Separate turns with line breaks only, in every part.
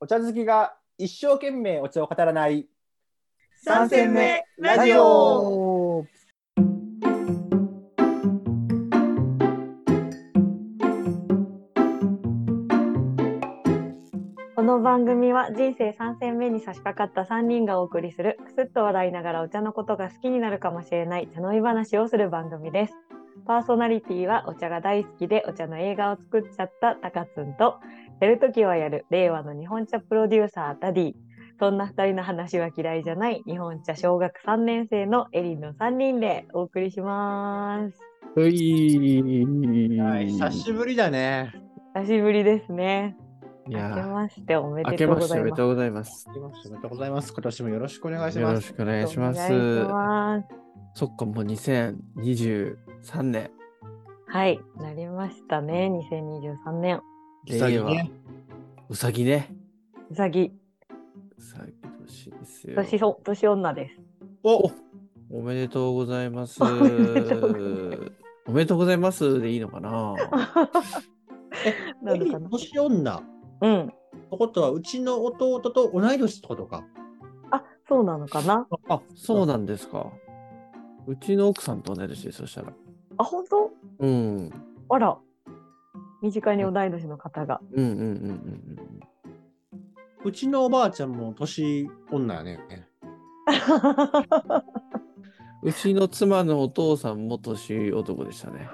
お茶好きが一生懸命お茶を語らない
三戦目ラジオ
この番組は人生3戦目に差し掛かった3人がお送りするくすっと笑いながらお茶のことが好きになるかもしれない茶飲み話をする番組です。パーソナリティはお茶が大好きでお茶の映画を作っちゃったたかつんとやるときはやる令和の日本茶プロデューサーダディそんな2人の話は嫌いじゃない日本茶小学3年生のエリンの3人でお送りします。
うい
はい、久しぶりだね。
久しぶりですね。
い
明け
や
ましておめ
ー、明
で
け
とう
ま
ご
して
ざ
お
い
め
ま。
ですとうございま
あり
す。
がとうございます。今年もよろしくお願いし
よ
ま
ろ
す。
しくお願いします。
お願いします
そっか、もう2023年。
はい、なりましたね。2023年。
うさぎ
令和
ね。
うさぎね。
うさぎ、
うさぎ年ですよ。
年そ年 女です。
お、
おめでとうございます。
おめでとうございま
おめでとうございますでいいのかな
なの
え
かな。
年女。っ
うん。
てことは、うちの弟と同い年ってことか。
あ、そうなのかな。
あ、そうなんですか。うちの奥さんと同い年です、そしたら。
あ、本当？
うん。うん
あら、身近に同い年の方が。
うんうんうんうん。
うちのおばあちゃんも年女やね。
うちの妻のお父さんも年男でしたね。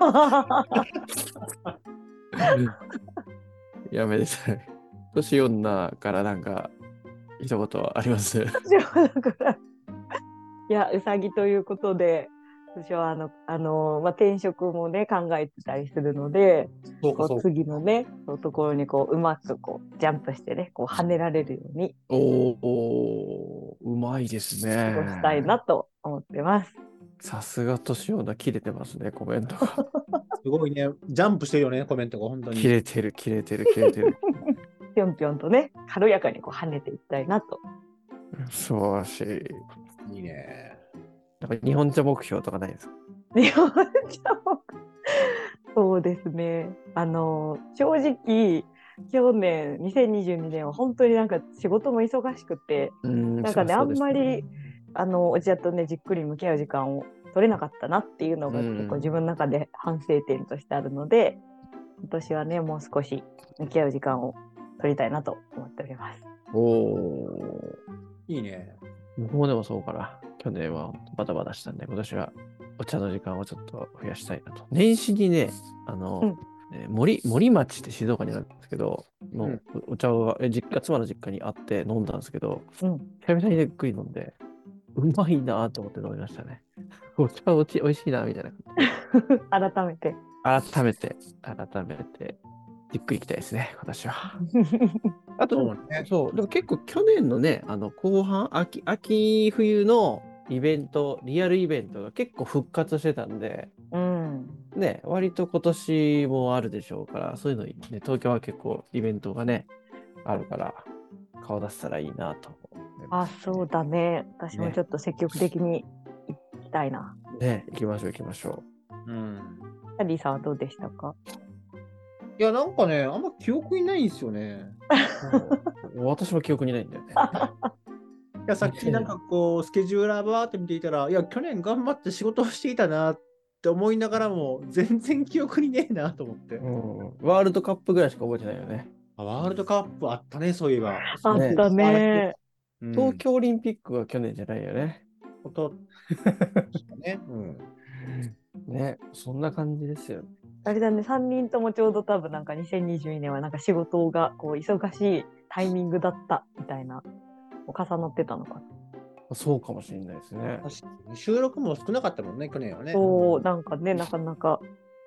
やめなさい。年女からなんか一言あります。
だから。いや、うさぎということで。私はあの、あのまあ、転職もね考えてたりするので
そう
こ
か
う
そうか。
次のねそうところにこううまくこうジャンプしてねこう跳ねられるように
おおー、うまいですね。
過ごしたいなと思ってます。
さすが年女切れてますね、コメントが。
すごいね。ジャンプしてるよね、コメントが本当
切
に。
れてる、切れてる、切れてる。
ぴょんぴょんとね軽やかにこう跳ねていきたいなと
素晴らしい。
いいね。
なんか日本茶目標とかないですか
日本茶もそうですねあの正直去年2022年は本当になんか仕事も忙しくて
うん
なんか
そり
ね
ゃそう
あんま
です
りあのお茶とねじっくり向き合う時間を取れなかったなっていうのが
うん
結構自分の中で反省点としてあるので、今年はねもう少し向き合う時間を取りたいなと思っております。
おお
いいね。
ー。向こうでもそうかな。去年はバタバタしたんで、今年はお茶の時間をちょっと増やしたいなと。年始にね、あの、
うん
えー森森町って静岡にあるんですけど、の
うん
おお茶はえ実家妻の実家にあって飲んだんですけど、
うん
久々にゆっくり飲んで、うまいなと思って飲みましたね。 お茶おち美味しいなみたいな。
改めて
改めて、改めて、じっくりいきたいですね、今年は。あと、
そうね
そう、でも結構去年のね、あの後半、秋、秋冬のイベント、リアルイベントが結構復活してたんで、
うん
ね、割と今年もあるでしょうから、そういうの、ね、東京は結構イベントがね、あるから、顔出せたらいいなと思いま
あ
す、
そうだね私も
ね
ちょっと積極的に行きたいな。
ね、行きましょう行きましょ
うん。
サリーさんはどうでしたか
いや、なんかね、あんま記憶にないんですよね。
う。もう私も記憶にないんだよね。
いや、さっきなんかこう、スケジューラーばーって見ていたら、いや、去年頑張って仕事をしていたなって思いながらも、全然記憶にねえなと思って。
うん、ワールドカップぐらいしか覚えてないよね。
あワールドカップあったね、そういえば。
あったね。
うん。
東京オリンピックは去年じゃないよね。
とね。うん。
ね、そんな感じですよ。
あれだね3人ともちょうど多分なんか2022年はなんか仕事がこう忙しいタイミングだったみたいなこう重なってたのかな。
そうかもしれないですね。
確かに収録も少なかったもんね、去年はね。
そうなんかねなかなか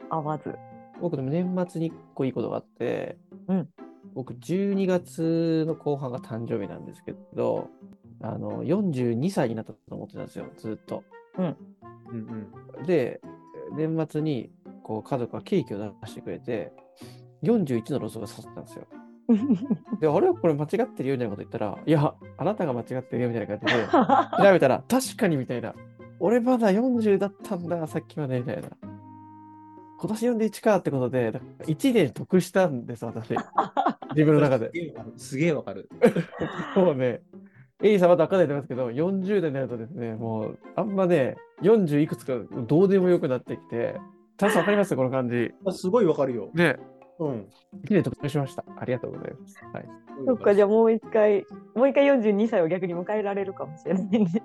合わず。
僕でも年末に1個いいことがあって、
うん
僕12月の後半が誕生日なんですけど、あの42歳になったと思ってたんですよ、ずっと。
うんうん。
で、年末にこう家族がケーキを出してくれて、41のロスが刺さったんですよ。で、あれこれ間違ってるよみたいなこと言ったら、いや、あなたが間違ってるよみたいな感じで、調べたら、確かにみたいな。俺まだ40だったんだ、さっきまでみたいな。今年41かってことで、1年得したんです、私。自分の 中で。
すげえわかる。
そうね、エリーさんまだ分かんないと思いますけど、40代になるとですね、もう、あんまね、40いくつかどうでもよくなってきて、ちゃんと分かりますこの感じ。
すごいわかるよ。
ね、
うん。
1年特集しました。ありがとうございます。はい、
そっか、じゃあもう一回、もう一回42歳を逆に迎えられるかもしれないね。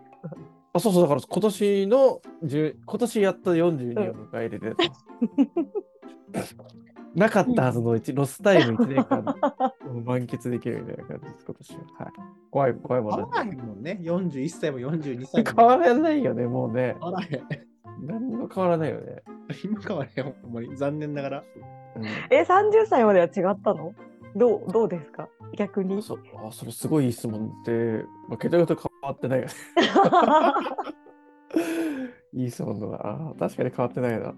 あそうそう、だから今年の10、今年やっと42を迎え入れて、なかったはずの一ロスタイム1年間満喫できるみたいな感じです、今年は。はい、怖い、怖いも
変
の
わらんもんね。41歳も42歳も。
変わらないよね、もうね。
変わらへん。
何も変わらないよね。
今変わらへん、ほんまに。残念ながら。
うん
え、30歳までは違ったのどう、どうですか 逆に。
そあそれすごいいい質問で、まあ、桁ごと変わってないよね。 いい質問だな。あ確かに変わってないな。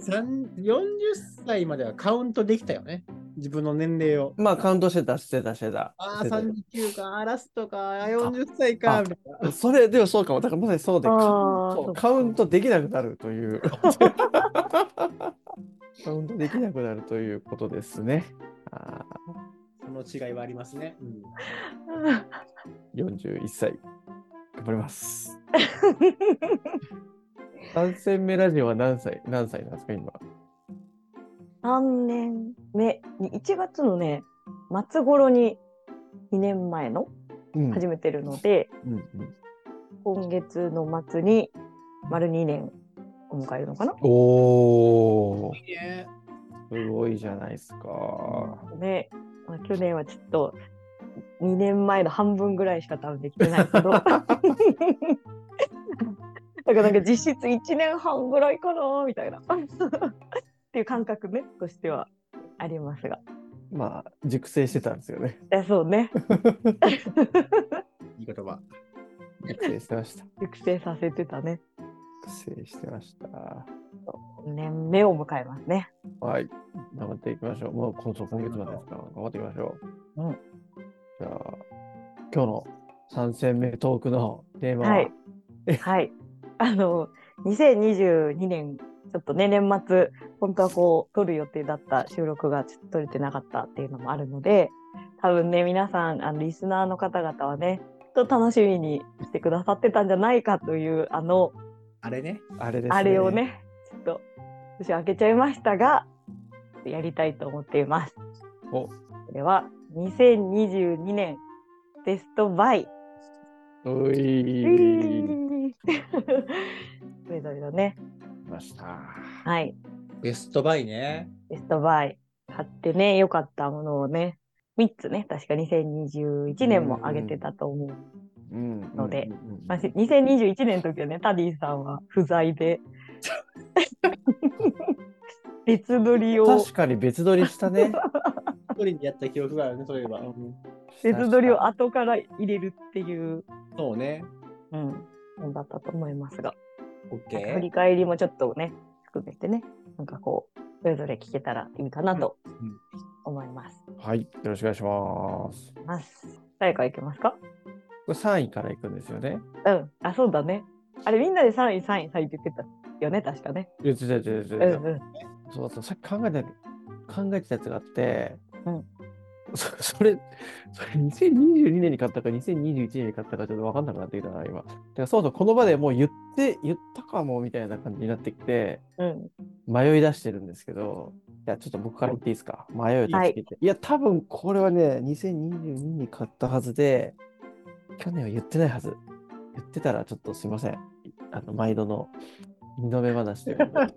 三40歳まではカウントできたよね。自分の年齢を。
まあ、カウントしてた、してた、してた。
ああ、
してたよ
39か、あーラストか、あー40歳か、
あ
みたいな。
それでもそうかも。だからまさにそうで、カウン
あー
そう
そっか
カウントできなくなるという。 カウントできなくなるということですね。あ
その違いはありますね。うん
ー41歳。頑張り ます。3戦目ラジオは何歳何歳なんですか、今。
3年目に、1月のね、末頃に2年前の
うん
始めてるので、
うんうん、
今月の末に丸2年を迎えるのかな
おー。
いいね。
すごいじゃないですか。
ね、まあ、去年はちょっと2年前の半分ぐらいしか多分できてない けどだからなんか実質1年半ぐらいかなみたいなっていう感覚ねとしてはありますが
まあ、熟成してたんですよね。
えそうね
いい言葉。
熟成してました。
熟成させてたね
熟成してました。
2年目を迎えますね
はい。頑張っていきましょう。もう今週今月までですから、頑張っていきましょう。
うん。
じゃあ、今日の3戦目トークのテーマは、
はいはい あの2022年ちょっとね年末本当はこう撮る予定だった収録がちょっと撮れてなかったっていうのもあるので多分ね皆さんあのリスナーの方々はねちょっと楽しみにしてくださってたんじゃないかというあの
あれね。
あれですね。
あれを。ねちょっと私開けちゃいましたがやりたいと思っています。
お
それは2022年ベストバイ
う
ウ
い
ィ
ー。
ーン それぞれのね
ました。
はい
ベストバイね。
ベストバイ買ってね、良かったものをね、3つね、確か2021年も上げてたと思う。
うん。
ので
うんうんうん
まあ、し2021年の時はね、タディさんは不在で、 別撮りを、
確かに別撮り したね。
一人でやった記憶があるね、そういえば。
別撮りを後から入れるっていう、
そうね。
うん、のだったと思いますが、
オッケ
なんか振り
ー。
返りもちょっとね、含めてね、なんかこう、それぞれ聞けたらいいかなと
うん
思います。
はい。よろしくお願いします。
ます誰からいけますか
これ3位からいくんですよね。
うん、あ、そうだね。あれ、みんなで3位、3位、3位って言ってたよね、確かね。
いや違う違う違う
う
違
ん
う
うん
そうそう、さっき考えた、考えてたやつがあって、
うん
そ それ、それ2022年に買ったか2021年に買ったかちょっと分かんなくなってきたな、今。だからそうそう、この場でもう言って、言ったかもみたいな感じになってきて、
うん。
迷い出してるんですけど、いや、ちょっと僕から言っていいですか。迷い出してて。いや、多分これはね、2022年に買ったはずで、去年は言ってないはず。言ってたらちょっとすいません。あの、毎度の二度目話ということで。
じ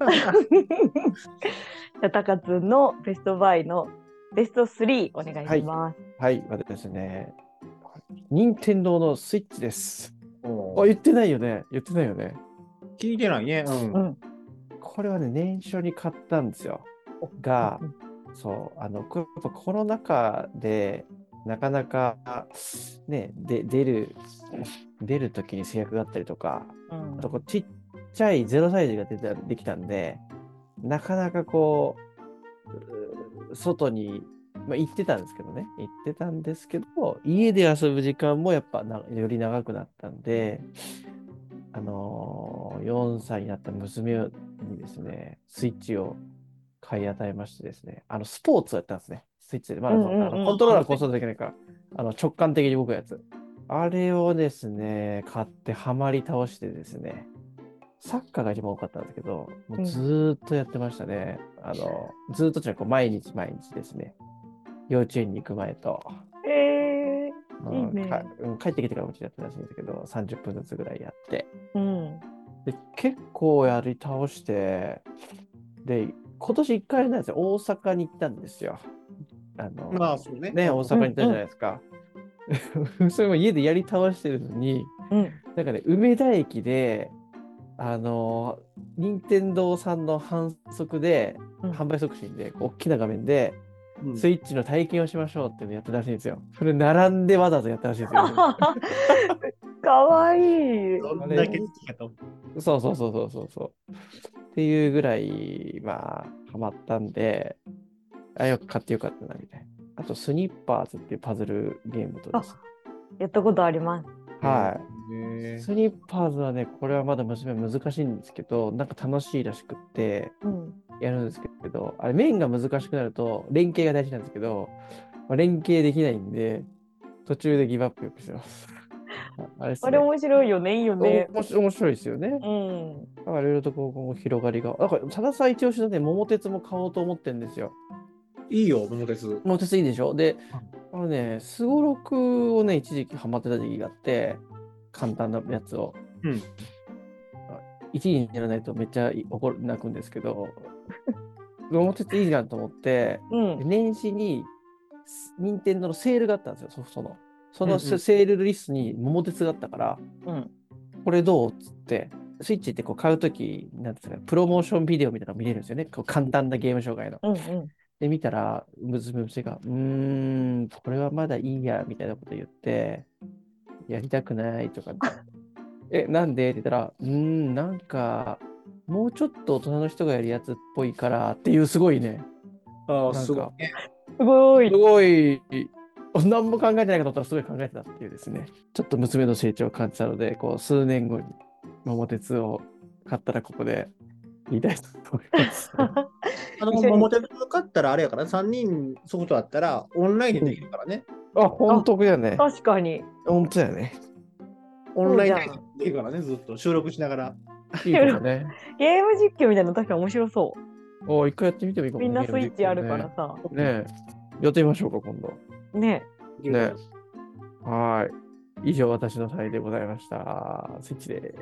ゃあ、たかつんのベストバイのベスト3お願いします。
はい、私ね、任天堂のスイッチです。あ、
お
言ってないよね。言ってないよね。
聞いてないね。うん。
うん。
これはね、年初に買ったんですよ。が、そう、あの、こやっぱコロナ禍で、なかなか、ね、で、出る、出る時に制約があったりとか、
うん
あとこうちっちゃいゼロサイズが出たできたんで、なかなかこう、うー外に、まあ、行ってたんですけどね、行ってたんですけど、家で遊ぶ時間もやっぱなより長くなったんで、あのー4歳になった娘にですね、スイッチを買い与えましてですね、あのスポーツをやったんですね。スイッチで、まだその、
うんうんうん
あのコントローラーこそできないから、あの直感的に動くやつ。あれをですね、買ってハマり倒してですね、サッカーが一番多かったんですけど、もうずーっとやってましたね。あの、ずーっとじゃなく毎日毎日ですね。幼稚園に行く前と、
えー
うん
いいね
かうん帰ってきてからもちょっとやってたらしいんですけど、30分ずつぐらいやって。
うん。
で結構やり倒して、で、今年1回なんですよ、大阪に行ったんですよ。あの、
まあ、そうね。
ね、大阪に行ったじゃないですか。 それも家でやり倒してるのに、
うん。
なんかね、梅田駅で、あの、任天堂さんの反則で、
うん
販売促進で、こう大きな画面で、
うん
スイッチの体験をしましょうっていうのやってたらしいんですよ。それ、並んでわざわざやったらしいんですよ。
かわいい。
どんだけ好きかと。
そうそうそうそうそうそう。っていうぐらい、まあ、ハマったんで、あ、よく買ってよかったな、みたいな。あと、スニッパーズっていうパズルゲームとです
やったことあります。
ね。はい。
へー
スニッパーズはね、これはまだ娘は難しいんですけど、なんか楽しいらしくって、
うん。
やるんですけど、あれ、面が難しくなると、連携が大事なんですけど、まあ、連携できないんで、途中でギブアップよくしてます。あれっす
あ
ね、
れ面白いよね、いいよね。
おもし面白いですよね。
うん。
だからいろいろとこう今後広がりが。だから、さださん一押しのね、桃鉄も買おうと思ってんですよ。
いいよ、桃鉄。
桃鉄いいでしょで、あのね、すごろくをね、一時期ハマってた時期があって、簡単なやつを。
うん
あ。1位にならないとめっちゃ怒る泣くんですけど、桃鉄いいなと思って、
うん。
年始に、す任天堂のセールがあったんですよ、ソフトの。そ
うんう
の
ん
セセールリストに桃鉄があったから、
うん。
これどうっつって、スイッチってこう買うとき、なんですかね、プロモーションビデオみたいなの見れるんですよね。こう簡単なゲーム紹介の。
うん。うん。
で、見たら、娘が、うーん、これはまだいいや、みたいなこと言って、やりたくないとか、え、なんでって言ったら、うーん、なんか、もうちょっと大人の人がやるやつっぽいからっていう、すごいね、
ああ、
なんか
すごいね。
すごい
す。ごい、何も考えてないかと思ったら、すごい考えてたっていうですね、ちょっと娘の成長を感じたので、こう、数年後に、桃鉄を買ったら、ここで言いたいと思い ます。
あの、
一緒に
桃鉄が勝ったらあれやから、3人ソフトあったらオンラインでできるからね。
あ、本当だよね。
確かに。
本当だよね。
オンライン
そう
で
じゃん
できるからね、ずっと収録しながら。
いいですよね。
ゲーム実況みたいなの確かに面白そ
お一回やってみてもいいかも
う。
ね
みんな
ゲ
ス
ー
イ
ム
ッチあるからさ。
実況ねねえやってみましょうか、今度。
ね。
できるから
ねはーい。以上、私の際でございました。スイッチで。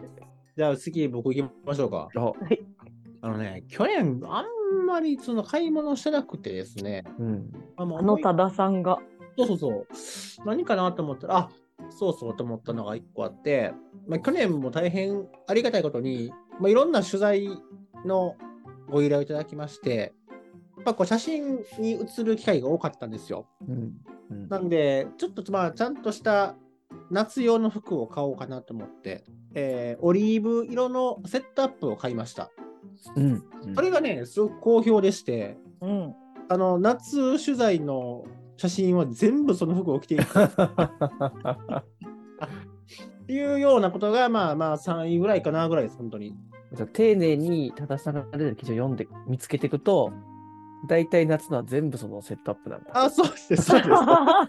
じゃあ次、僕行きましょうか。
あ、
あのね、去年、あんまりその買い物してなくてですね。
うん。
あの
あの多田さんが。
そうそうそう。何かなと思ったら、あそうそうと思ったのが一個あって、まあ、去年も大変ありがたいことに、まあ、いろんな取材のご依頼をいただきまして、まあ、こう写真に写る機会が多かったんですよ。
うん。うん
なんで、ちょっとまあちゃんとした夏用の服を買おうかなと思って、えーオリーブ色のセットアップを買いました。
うん。
それがね、すごく好評でして、
うん。
あの夏取材の写真は全部その服を着ていたっていうようなことが、まあまあ3位ぐらいかなぐらいです、本当に。
じゃあ丁寧に多田さんが出てる記事を読んで見つけていくと、大体夏のは全部そのセットアップなんだ。
あ、そうです、そうです。
ま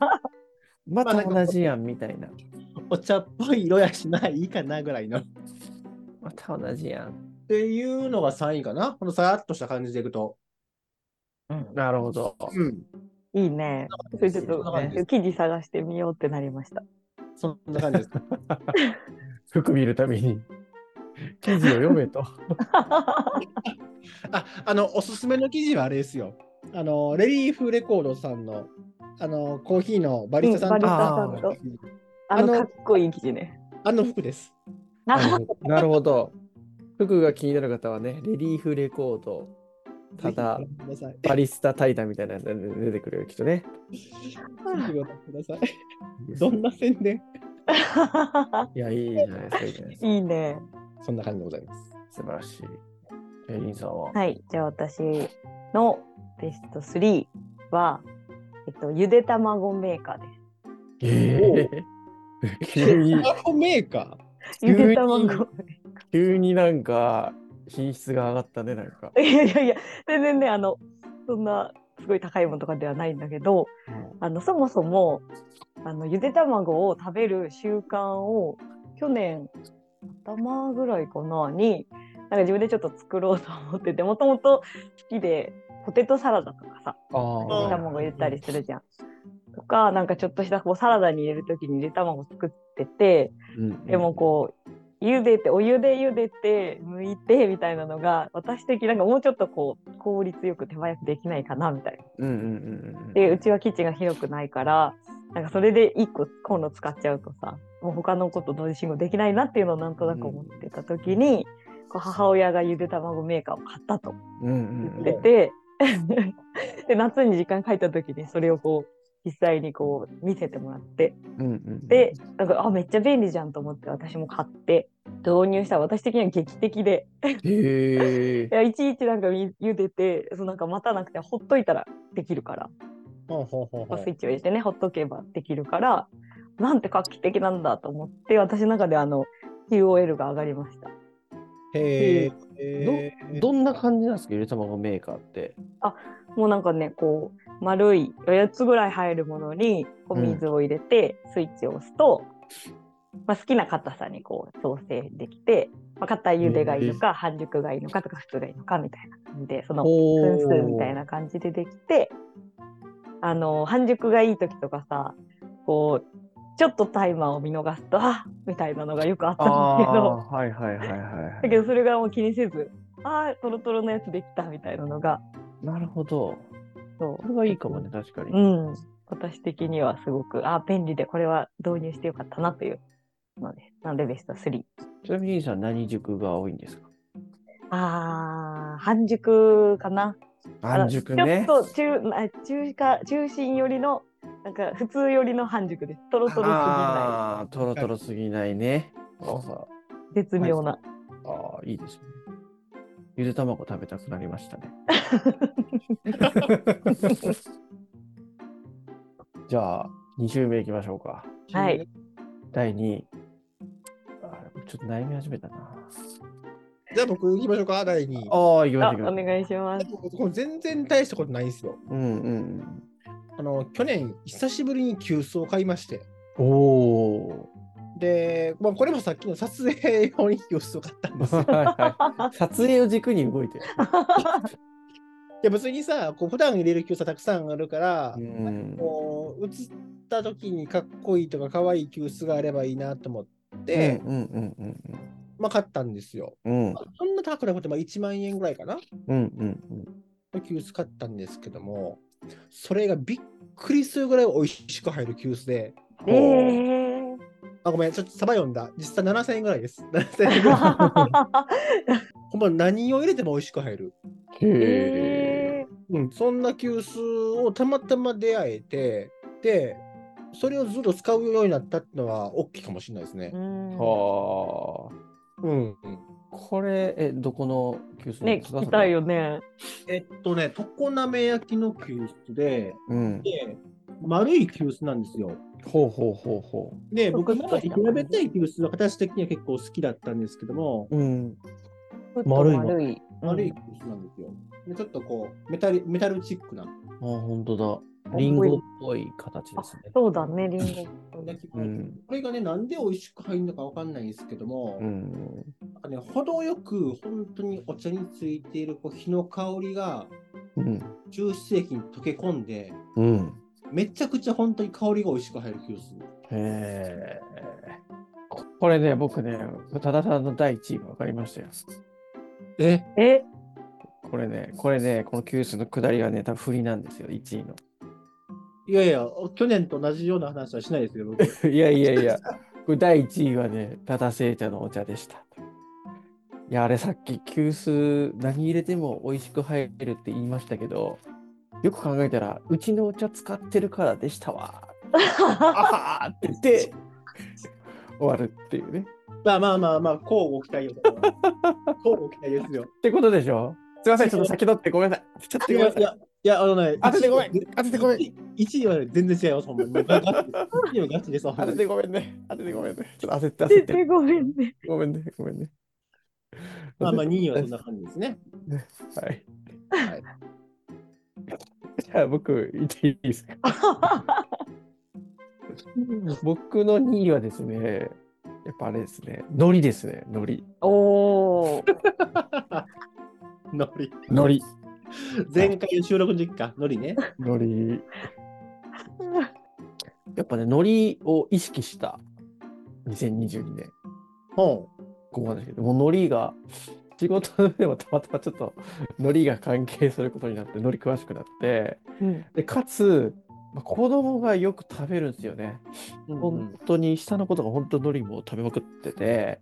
ま
た
あなんか
同じやんみたいな。
お茶っぽい色やしないかなぐらいの。っ
また同じやん。
ていうのが3位かな。このさらっとした感じでいくと。
なるほど。
うん。
いいね。それちょっと記事探してみようってなりま した。
そんな感じ です。
服見るたびに。記事を読めと。
あ、あの、おすすめの記事はあれですよ。あの、レリーフレコードさんの、あの、コーヒーのバリスタさん
うん
の、
バリスタさんとあのかっこいい記事ね。
あの服です。
なるほどなるほど。服が気になる方はね、レリーフレコード、ただ
ぜひご覧ください。
バリスタタイタンみたいなやつが出てくるよ、きっとね。
ぜひご覧ください。どんな宣伝
いや、いいじゃないですか、いいじゃないですか。
いいね。
そんな感じでございます。
素晴らしい。え、リンさんは。
はい、じゃあ私のベスト3は、えっと、ゆで卵メーカー
え
で
ー 急に、
タコメーカ
す。ゆで卵。い
急になん か、品質が上がったね、なんか。
やいやいや、全然ね、あの、そんなすごい高いものとかではないんだけど、あのそもそもあのゆで卵を食べる習慣を去年頭ぐらいかなになんか自分でちょっと作ろうと思っててもともと好きでポテトサラダとかさ
あ
ゆ
うん
あ。
で卵入れたりするじゃん。とかなんかちょっとしたこうサラダに入れる時にゆで卵作ってて
うん
でもこう茹でてお湯で茹でて剥いてみたいなのが私的になんかもうちょっとこう効率よく手早くできないかなみたいな。
うんうんうんうん。
でうちはキッチンが広くないからなんかそれで1個コンロ使っちゃうとさもう他のこと同時進行できないなっていうのをなんとなく思ってた時に、こう母親がゆで卵メーカーを買ったと
うん
言っ
うん
てて、 で夏に時間書いた時にそれをこう実際にこう見せてもらって
うんうんうん。
でなんかあめっちゃ便利じゃんと思って私も買って導入したら私的には劇的で
へえ
い。やいちいちなんかゆ茹でてそのなんか待たなくてほっといたらできるから。
ほうほうほうほ
スイッ
う
チを入れてね、ほっとけばできるから、なんて画期的なんだと思って、私の中であの、QOL が上がりました。
へ
ど
え。
どんな感じなんですかゆで卵メーカーって。
もうなんかね、こう、丸い4つぐらい入るものに、こう
うん
水を入れて、スイッチを押すと、まあ、好きな硬さにこう、調整できて、まあ、硬い茹でがいいのか、半熟がいいのかとか、普通がいいのかみたいな感じで、その
分
分数みたい。な感じでできてあの半熟がいい時とかさこうちょっとタイマーを見逃すとあみたいなのがよくあった
あ
んですけ
あ
ど
ー、はいはいはいは
だ
い。
けどそれがもう気にせずあートロトロのやつできたみたいなのが
なるほど。
そ
それがいいかもね、確か
う、
に。
うん、私的にはすごくあー便利でこれは導入してよかったなというのですなのでベスト3。
ちなみに、兄さん何塾が多いんですか
あー半熟かな
半熟
あ
ね。
のちょっと中あ中華中心寄りのなんか普通寄りの半熟です。トロトロすぎな
ああ、トロトロすぎないね。そうそう
い絶妙な。
ああ、いいですね。ゆで卵食べたくなりましたね。 じゃあ、2週目いきましょうか。
はい。
第2位。あちょっと悩み始めたな。
じゃあ僕行きましょうか、第二位。
ああ、いきま
あ
しょういきま
お
しょう。
願いします。
これ全然大したことないんですよ。
うんうん
あの去年、久しぶりに急須を買いまして、
うん。おお。
で、まあ、これもさっきの撮影用に急須を買ったんですよ。
撮影を軸に動いてる。
いや別にさ、こう普段入れる急須はたくさんあるから、
うん
こう映った時にかっこいいとか可愛い急須があればいいなと思って、
うんうんうん
まあ買ったんですよ。
うんうん
まあそんな高くなくて、まあ、1万円ぐらいかな。
うんうん
急須買ったんですけども、それがびっくりするぐらい美味しく入る急須で、
ほ
え
う
え
あ、ごめん、ちょっとサバ読んだ。実際7000円ぐらいです。7000円ぐら い。
ー。
ほんま何を入れても美味しく入る。
へえ
え
うん、そんな急須をたまたま出会えて、で、それをずっと使うようになったってのは大きいかもしれないですね
ー。うん
はあ
うん。
これえどこの急須
ね聞きたいよね。
えっとね、常滑焼の急須で、
うん
で、丸い急須なんですよ。
ほうほうほうほ
で、僕
そう
が
そうそう
平べったい急須の形的には結構好きだったんですけども、
ううん
ふっと
丸いの
丸い。
丸い急須なんですよ。でちょっとこうメタリ、メタルチックな。
あ本当だ
ぽい
リンゴっぽい形で
あ
すね
そうだねリンゴ。
こんな気
う
分
ん
これがね、なんで美味しく入るのかわかんないんですけども、
うん
なんかね、程よく本当にお茶についているこう火の香りが
うん
中出液に溶け込んで、
うん
めちゃくちゃ本当に香りが美味しく入る急須。
へえこれね僕ねただただの第一位が分かりましたよ
え
え
これねこれねこの急須の下りがね多分振りなんですよ1位の
いやいや、去年と同じような話はしないですけど、 僕
いやいやいや、これ第1位はね、タタ製茶のお茶でした。いや、あれさっき、急須、何入れても美味しく入るって言いましたけど、よく考えたら、うちのお茶使ってるからでしたわ。ああって言って、終わるっていうね。
まあまあまあまあ、こうご期待 よ。こうご期待ですよ。
ってことでしょすいません、ちょっと先取ってごめんなさい。ちょっと
い
ごめん
や
ないさい。
や、いやあのね、
当ててごめん
一位
当ててごめん
一位一位は全然違います、ほん まに。もうガチです一位はガチです、ほんま
当て
に
てごめんね。当ててごめんね。ちょっと焦って焦
出
って。
てごめんね。
ごめんね。ごめんね。
まあまあ、2位はそんな感じですね。
はい。
はい
じゃあ僕、言っていいですか。僕の2位はですね、やっぱあれですね、海苔ですね、海苔。
おお。
ノリ。
海苔。
前回の収録の時か、ノリね。
海苔。やっぱね、海苔を意識した2022年。
ほ
ここまでですけど、もう海苔が、仕事でもたまたまちょっと海苔が関係することになって、海苔詳しくなって、
うん
でかつ、まあ子供がよく食べるんですよね。
う。うんうん
本当に下の子とか本当に海苔も食べまくってて、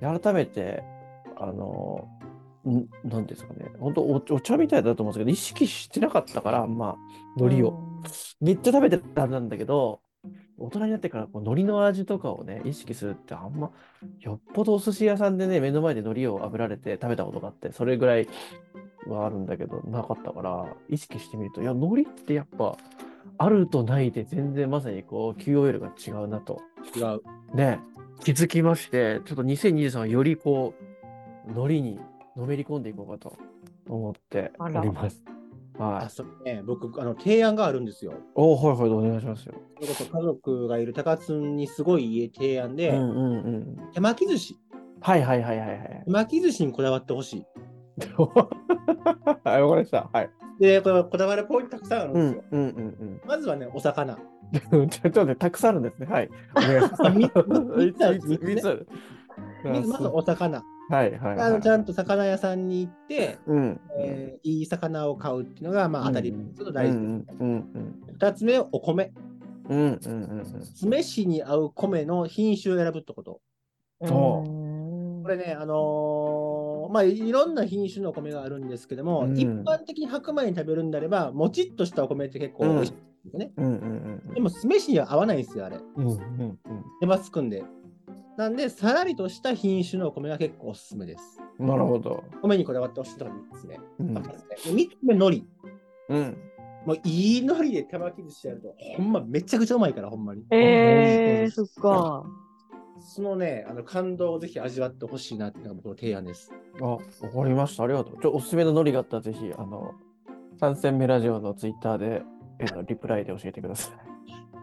で改めて、あの、んなんですかね、本当おお茶みたいだと思うんですけど、意識してなかったから、まあ、海苔を。。めっちゃ食べてたんなんだけど、大人になってからこう海苔の味とかをね、意識するってあんま、よっぽどお寿司屋さんでね、目の前で海苔を炙られて食べたことがあって、それぐらいはあるんだけど、なかったから、意識してみると、いや、海苔ってやっぱ、あるとないで全然まさにこう、QOL が違うなと。
違う。
ね、気づきまして、ちょっと2023はよりこう、海苔にのめり込んでいこうかと思ってお
あ
り
ら
ます。は
あ、
い。
そうね。僕、あの、提案があるんですよ。
おお、はいはい、お願いしますよ。
それこそ家族がいる高津にすごい提案
う
で、
んうんうん。
手巻き寿司。
はいはいはいはいはい
手。巻き寿司にこだわってほしい。
はい、わかりました。はい。
で、これはこだわるポイントたくさんあるん
う
で
ん
すよ。
うんうん
まずはね、お魚。
うん。ちょっとね、たくさんあるんですね。はい。お願いします。
三つある
三つ三つある。
まずまず
は
お魚。
いはい
あ
は
の
い
ち。ゃんと魚屋さんに行って、
うん。
えーいい魚を買うっていうのが、まあ、当たり前ですけど大事
う
で
んうん
す。二、つ目、お米。
うんうんうんうんうん。
酢飯に合う米の品種を選ぶってこと。
そう
うん
これね、あのーまあ、いろんな品種のお米があるんですけども、
うん
一般的に白米に食べるんであれば、もちっとしたお米って結構美味しいんですよね。
うんうん
でも酢飯には合わないんですよ、あれ。
うん。うんうんうん
手間つくんで。なんで、さらりとした品種のお米が結構おすすめです。
なるほど。
米にこだわってほしいところですね。
うん
あとですねで三つ目、海苔。
うん。
もういい海苔で手巻き寿司やると、ほんまめちゃくちゃうまいから、ほんまに。
えー、そっか。
そのね、あの感動をぜひ味わってほしいなっていうのが僕の提案です。
あ、わかりました。ありがとう。ちょおすすめのノリがあったら、ぜひ、あの、参戦目ラジオのツイッターで、えっと、リプライで教えてくださ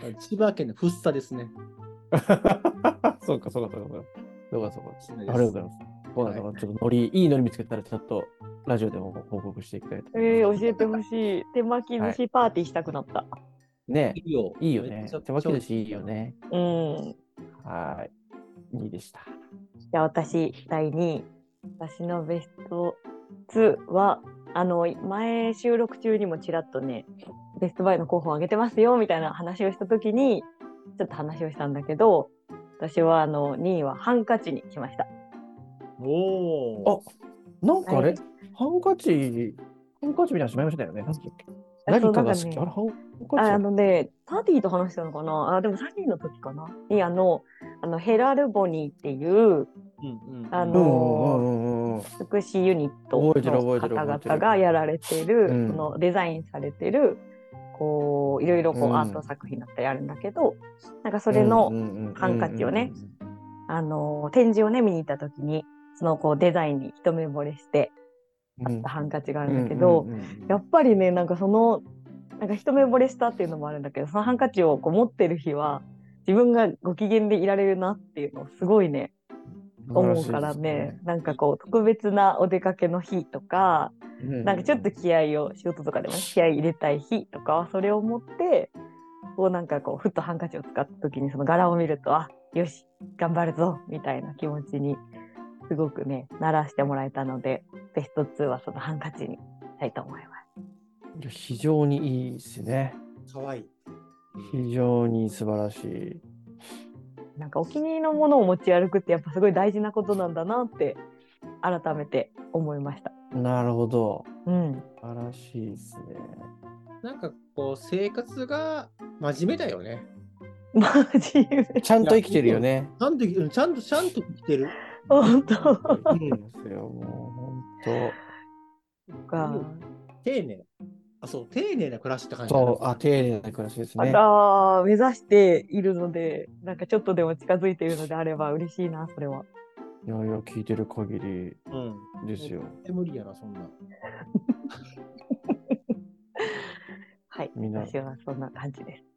い。
千葉県の福生ですね。
そうか、そうか、そうか、そうか。そうか、そうか。
あり
ありがとうございます。そうなんだな、ちょっとノリ、いいノリ見つけたら、ちょっとラジオでも報告していきたいと思います。
えー、教えてほしい。手巻き寿司パーティーしたくなった。
ね
いいよ。
いいよね
めちゃ。くち
手
ゃ
巻き寿司いいよ。ね。
うん。
はい。いいでした。
じゃあ私、第2位。私のベスト2は、あの、前収録中にもちらっとね、ベストバイの候補を上げてますよ、みたいな話をしたときに、ちょっと話をしたんだけど、私はあの、2位はハンカチにしました。
おお。
なんかあれ、
はい
ハンカチ、ハンカチみたいなのしまいましたよね。なんだっけ
あそう
何かが好き。あ
な
れ、
ん
ハンカチ
ああのね、サーティーと話したのかなあ、でもサーティーの時かなに、あの、あのヘラルボニーっていう、
うんうん。
あ
うんう
の
んうんうんうん。
福祉ユニット
覚えてる
の
覚えて
方
る覚えてる
々がやられている、
うん
そのデザインされてるこういろいろこう
うん
アート作品だったりあるんだけど、なんかそれの,、ハンカチをね。あの展示をね見に行った時にそのこうデザインに一目惚れして
あっ
ハンカチがあるんだけど、
うんうんうん
やっぱりねなんかそのなんか一目惚れしたっていうのもあるんだけどそのハンカチをこう持ってる日は自分がご機嫌でいられるなっていうのをすごいね思うからね。なんかこう特別なお出かけの日とかなんかちょっと気合を仕事とかでもね気合い入れたい日とかはそれを持ってこうなんかこうふっとハンカチを使った時にその柄を見るとあよし頑張るぞみたいな気持ちにすごくねならしてもらえたのでベスト2はそのハンカチにしたいと思います。
いや非常にいいですね。
かわいい。
非常に素晴らしい。
なんかお気に入りのものを持ち歩くってやっぱすごい大事なことなんだなって改めて思いました。
なるほど。
うん、
素晴らしいですね。
なんかこう、生活が真面目だよね。
マジで
ちゃんと生きてるよね。
ちゃんと、うんちゃんと、ちゃんと生きてる。
本当
うん
いいですよ、もう本
か。
丁寧。あ、そう、丁寧な暮らしって
当。
感じだな。
そう、あ、丁寧な暮らしです
ま
ね。
た目指しているので、なんかちょっとでも近づいているのであれば嬉しいな、それは。
いやいや、聞いてる限り
うん。
ですよ。
無理やな、そんな。
はい。
みんな
私はそんな感じです。